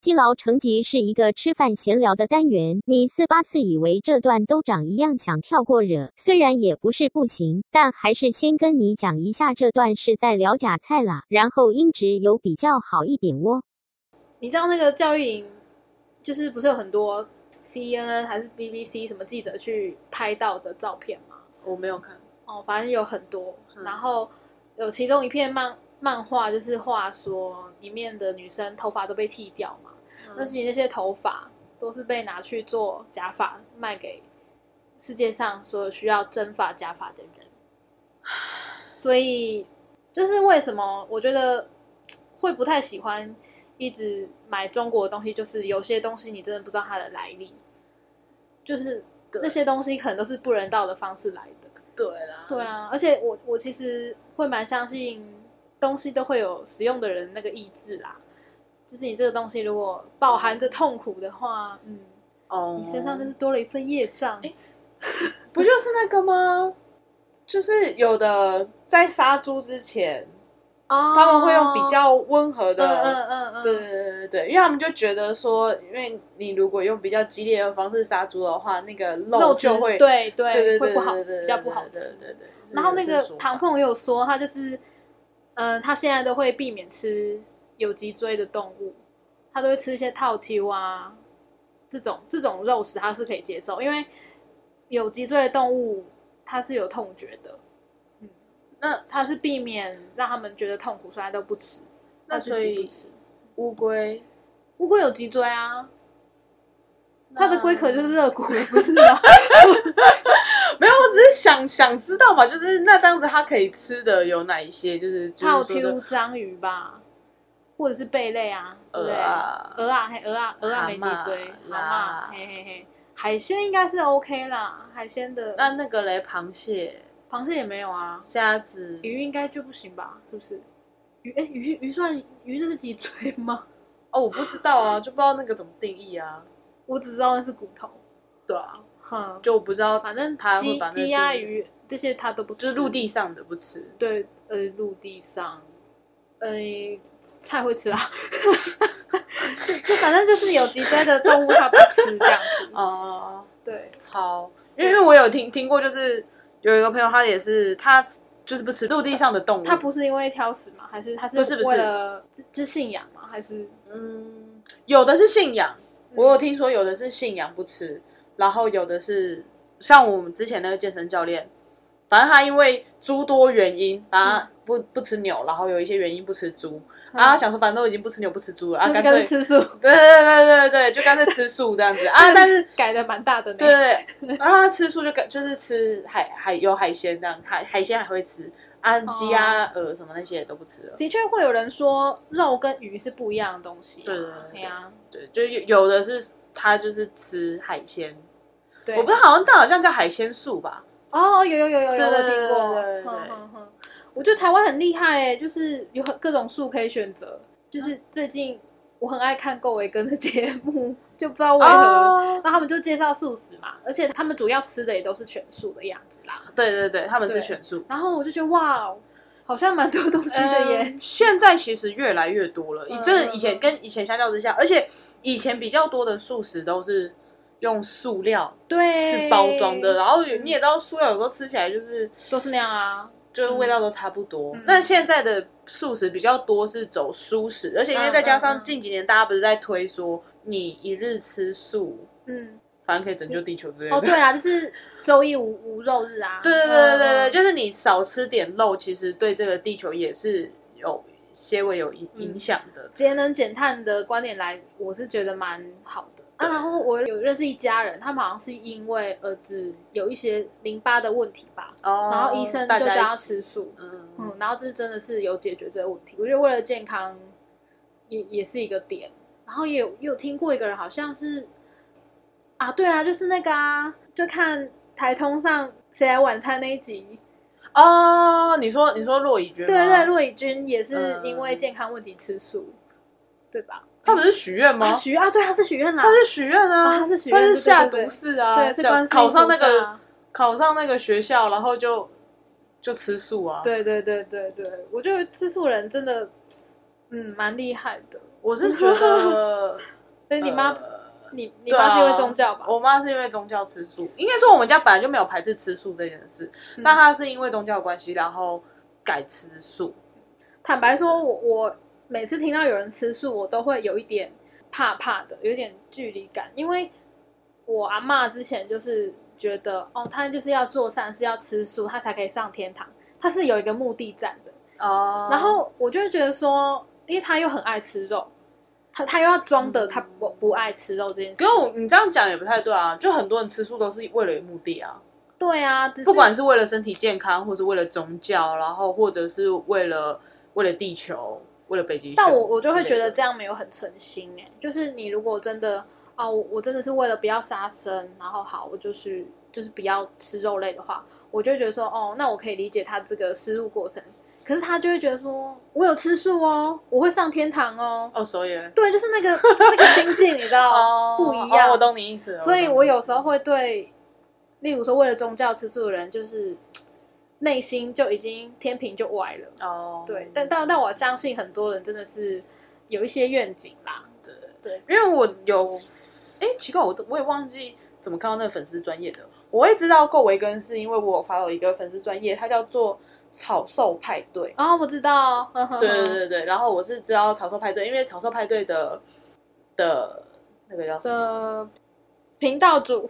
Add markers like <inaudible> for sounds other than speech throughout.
积劳成疾是一个吃饭闲聊的单元。你四八四以为这段都长一样，想跳过惹，虽然也不是不行，但还是先跟你讲一下，这段是在聊假菜啦，然后音质有比较好一点哦。你知道那个教育营，就是不是有很多 CNN 还是 BBC 什么记者去拍到的照片吗？我没有看，哦，反正有很多。嗯然后有其中一片漫漫画，就是画说里面的女生头发都被剃掉嘛，但是那些头发都是被拿去做假发，卖给世界上所有需要真发假发的人。所以，就是为什么我觉得会不太喜欢一直买中国的东西，就是有些东西你真的不知道它的来历，就是对那些东西可能都是不人道的方式来的。对啦，对，啊，而且我我其实会蛮相信东西都会有使用的人那个意志啦，就是你这个东西如果饱含着痛苦的话，嗯，哦，你身上就是多了一份业障。诶不就是那个吗？就是有的在杀猪之前，哦他们会用比较温和嗯的，嗯嗯嗯，对对对对对，因为他们就觉得说，因为你如果用比较激烈的方式杀猪的话，那个肉肉质就会对对对对对会不好对吃，对比较不好吃。对对对。然后那这个说法唐凤也有说，他就是，呃，他现在都会避免吃有脊椎的动物，他都会吃一些套丢啊，这种这种肉食他是可以接受，因为有脊椎的动物它是有痛觉的，嗯，那他是避免让他们觉得痛苦，所以他都不吃。那他是所极不以吃乌龟，乌龟有脊椎啊，那它的龟壳就是 <laughs> 肋骨，不是吗？没有，我只是想想知道嘛，就是那这样子它可以吃的有哪一些？就是就是套说的丢章鱼吧，或者是贝类啊，对不对？鹅啊鹅啊，嘿，鹅啊，鹅啊，没脊椎，蛤蟆蛤啦蟆，嘿嘿嘿，海鲜应该是 OK 啦，海鲜的，那那个嘞，螃蟹、螃蟹也没有啊，虾子、鱼应该就不行吧？是不是？鱼，哎，鱼鱼算鱼那是脊椎吗？ <laughs> 哦，我不知道啊，就不知道那个怎么定义啊。我只知道那是骨头，对啊，哼，就我不知道，反正它会鸡把那个鸡鸭定义鱼这些它都不吃，就是陆地上的不吃。对，呃，陆地上，呃，菜会吃啊， <laughs> 就就反正就是有脊椎的动物它不吃这样子。 <laughs> 哦、对，好，因为因为我有听听过，就是有一个朋友，他也是他就是不吃陆地上的动物，它不是因为挑食吗？还是它是不是不是为了就就信仰吗？还是嗯，有的是信仰，嗯我有听说有的是信仰不吃，然后有的是像我们之前那个健身教练，反正他因为诸多原因，反正他不不吃牛，然后有一些原因不吃猪，然后他啊想说反正都已经不吃牛不吃猪了，啊，那干个嗯脆是吃素对对对对对对，就干脆吃素这 <laughs> 样子啊，但是。改的蛮大的呢。对，啊对，对然后他吃素就跟就是吃海海有海鲜这样，海海鲜还会吃啊，鸡哦啊、鹅什么那些也都不吃了。的确会有人说肉跟鱼是不一样的东西啊。对对对对呀，对，就有有的是他就是吃海鲜，对，我不知道好像但好像叫海鲜素吧？哦，有有有有有，对我对有听过。对对对对哼哼哼我觉得台湾很厉害哎，就是有很各种树可以选择。就是最近我很爱看够维根的节目， <laughs> 就不知道为何，哦然后他们就介绍素食嘛，而且他们主要吃的也都是全素的样子啦。对对对，他们吃对全素。然后我就觉得哇，哦好像蛮多东西的耶。嗯，现在其实越来越多了，以嗯这嗯以前嗯跟以前相较之下，而且以前比较多的素食都是用塑料对，去包装的，然后有嗯你也知道塑料有时候吃起来就是都是那样啊。就是味道都差不多嗯。那、现在的素食比较多是走蔬食，而且因为再嗯加嗯上嗯近几年大家不是在推说你一日吃素，嗯，反正可以拯救地球之类的。哦对啊，就是周一无无肉日啊。对对对对对对，嗯就是你少吃点肉，其实对这个地球也是有些微有影嗯影响的。节能减碳的观点来，我是觉得蛮好的啊。对然后我有认识一家人，他们好像是因为儿子有一些淋巴的问题吧，哦然后医生就大叫家他一起，吃素，嗯嗯，然后这真的是有解决这个问题。我觉得为了健康也也是一个点。然后也有也有听过一个人，好像是啊，对啊，就是那个啊，就看台通上谁来晚餐那一集，哦，你说你说骆以军，对对对，，骆以军也是啊嗯因为健康问题吃素，对吧？他不是许愿啊，吗？许愿啊，对，他是许愿啦，他是许愿啊，啊他是许愿他是对对下对对毒誓啊，对，是想观世音考上菩那个萨考上那个学校，然后就就吃素啊。，对对对对对，我觉得吃素人真的，嗯，蛮厉害的。 <laughs> 我是觉得但是你妈、呃你你对妈是因为啊宗教吧？我妈是因为宗教吃素，应该说我们家本来就没有排斥吃素这件事，嗯但她是因为宗教的关系，然后改吃素。坦白说，我我每次听到有人吃素，我都会有一点怕怕的，有一点距离感，因为我阿嬷之前就是觉得，哦，她就是要做善事，要吃素，她才可以上天堂，她是有一个目的在的。哦然后我就会觉得说，因为她又很爱吃肉，她她又要装的嗯她不不爱吃肉这件事可是。我你这样讲也不太对啊，就很多人吃素都是为了有目的啊，对啊，只是不管是为了身体健康，或是为了宗教，然后或者是为了为了地球，为了北极熊之类的。但我我就会觉得这样没有很诚心哎、就是你如果真的啊，我我真的是为了不要杀生，然后好，我就是就是不要吃肉类的话，我就会觉得说，哦，那我可以理解他这个思路过程。可是他就会觉得说，我有吃素哦，我会上天堂哦。哦，所以对，就是 <laughs> 那个那个心境，你知道，不一样。哦我懂你意思了。所以懂你我意有思时候会对，例如说为了宗教吃素的人，就是内心就已经天平就歪了。哦，对，但但但我相信很多人真的是有一些愿景啦。对对，因为我有，哎、奇怪，我都我也忘记怎么看到那个粉丝专业的。我会知道够维根是因为我有发了一个粉丝专业，它叫做草兽派对。哦，我知道，呵呵呵对对对对对，然后我是知道草兽派对，因为草兽派对的的那个叫什么？的呃频道主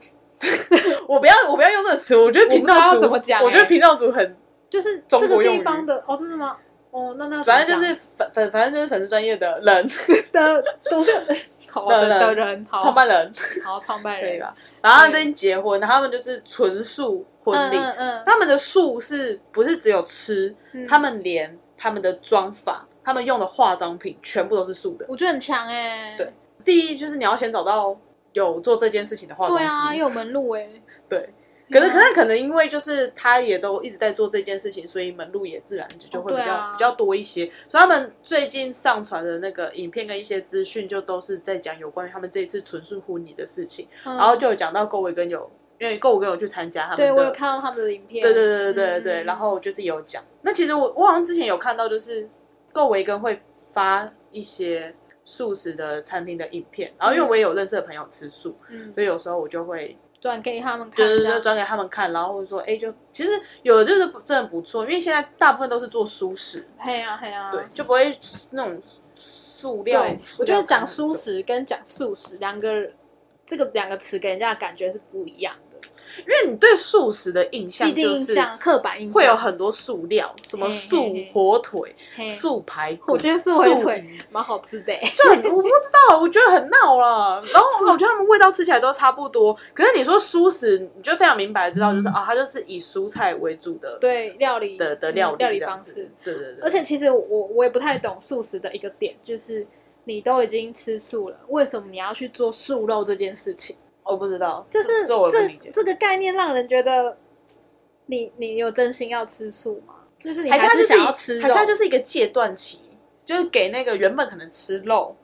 我不要我不要用这个词，我觉得频我不道知道主怎么讲我觉得欸频道主很，就是中这国个用地语方的哦，真的吗？哦，那那反正就怎是么粉粉反正就是粉丝专业的人，讲 <laughs> 的，都是 <laughs> 好的的人的人，好创办人好创办可以人嗯吧？然后他们最近结婚，然后他们就是纯素婚礼，嗯嗯嗯他们的素是不是只有吃？嗯，他们连他们的妆法、他们用的化妆品全部都是素的。我觉得很强哎，对第一就是你要先找到有做这件事情的化妆对师，啊，又有门路哎，对可是，嗯可是可能因为就是他也都一直在做这件事情，所以门路也自然就就会比对较、啊比较多一些。所以他们最近上传的那个影片跟一些资讯，就都是在讲有关于他们这一次纯素婚礼的事情。嗯 <laughs> 然后就有讲到郭伟跟有，因为郭伟跟有去参加他们的，对我有看到他们的影片，对对对对对对，嗯然后就是有讲。那其实我我好像之前有看到，就是够维根会发一些素食的餐厅的影片，然后因为我也有认识的朋友吃素，嗯所以有时候我就会转给他们看，就是这就样转给他们看，然后或者说哎，就其实有的就是真的不错，因为现在大部分都是做素食，嘿呀嘿呀，对，就不会那种塑料对。，塑我觉料得讲感素很重食跟讲素食两个这个两个词给人家的感觉是不一样的，因为你对素食的印既象定就印是象、刻板印象会有很多塑料，什么嘿嘿素嘿火腿、嘿素排骨，我觉得素回素腿蛮好吃的 <laughs> 欸，就很我不知道，我觉得很闹了。然后我觉得他们味道吃起来都差不多，可是你说素食，你就非常明白知道，就是啊，它就是以蔬菜为主的嗯对料理的的嗯料理、料理这样方子式，，对对对，而且其实我我也不太懂素食的一个点，就是你都已经吃素了，为什么你要去做素肉这件事情？我不知道，就是这这我也不理这解。这个概念让人觉得你你有真心要吃素吗？就是你还是它是就是想一要吃肉，还是它就是一个戒断期，就是给那个原本可能吃肉，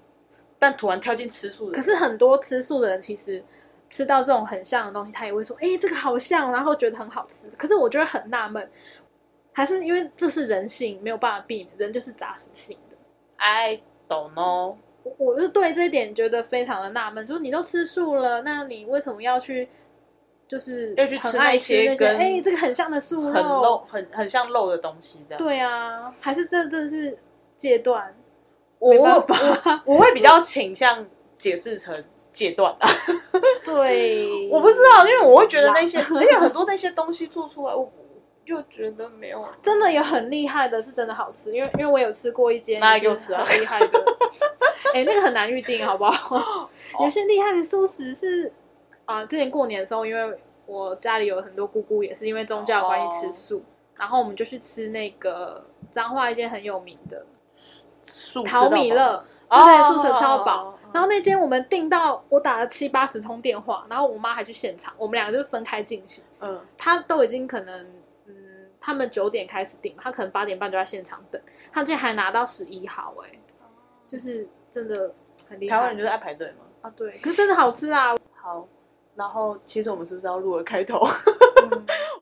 但突然跳进吃素的人。可是很多吃素的人其实吃到这种很像的东西，他也会说：“哎、这个好像”，然后觉得很好吃。可是我觉得很纳闷，还是因为这是人性，没有办法避免，人就是杂食性的。 I don't know，我我就对这一点觉得非常的纳闷，就是你都吃素了，那你为什么要去就是要去吃很爱吃那些那些跟哎、这个很像的素很肉，很很像肉的东西这样。对啊，还是这真的是戒 <laughs> 断，我没我办我法。我会比较倾向解释成戒断。啊对， <laughs> 我不知道， <laughs> 因为我会觉得那些，哇而且很多那些东西做出来，我又觉得没有。真的有很厉害的，是真的好吃，因为因为我有吃过一间，拿来给我吃啊很厉害的。 <laughs> 哎、那个很难预定，好不 <laughs> 哦好？有些厉害的素食是啊、之前过年的时候，因为我家里有很多姑姑，也是因为宗教的关系吃素，哦然后我们就去吃那个彰化一间很有名的素淘米乐，哦对，素食吃到饱。哦哦哦然后那间我们订到，我打了七八十通电话，然后我妈还去现场，我们两个就是分开进行。嗯，他都已经可能，嗯，他们九点开始订，他可能八点半就在现场等，他竟然还拿到十一号、哎，就是真的很厉害。哦台湾人就是爱排队嘛。啊，对，可是真的好吃啊！好，然后其实我们是不是要录个开头？嗯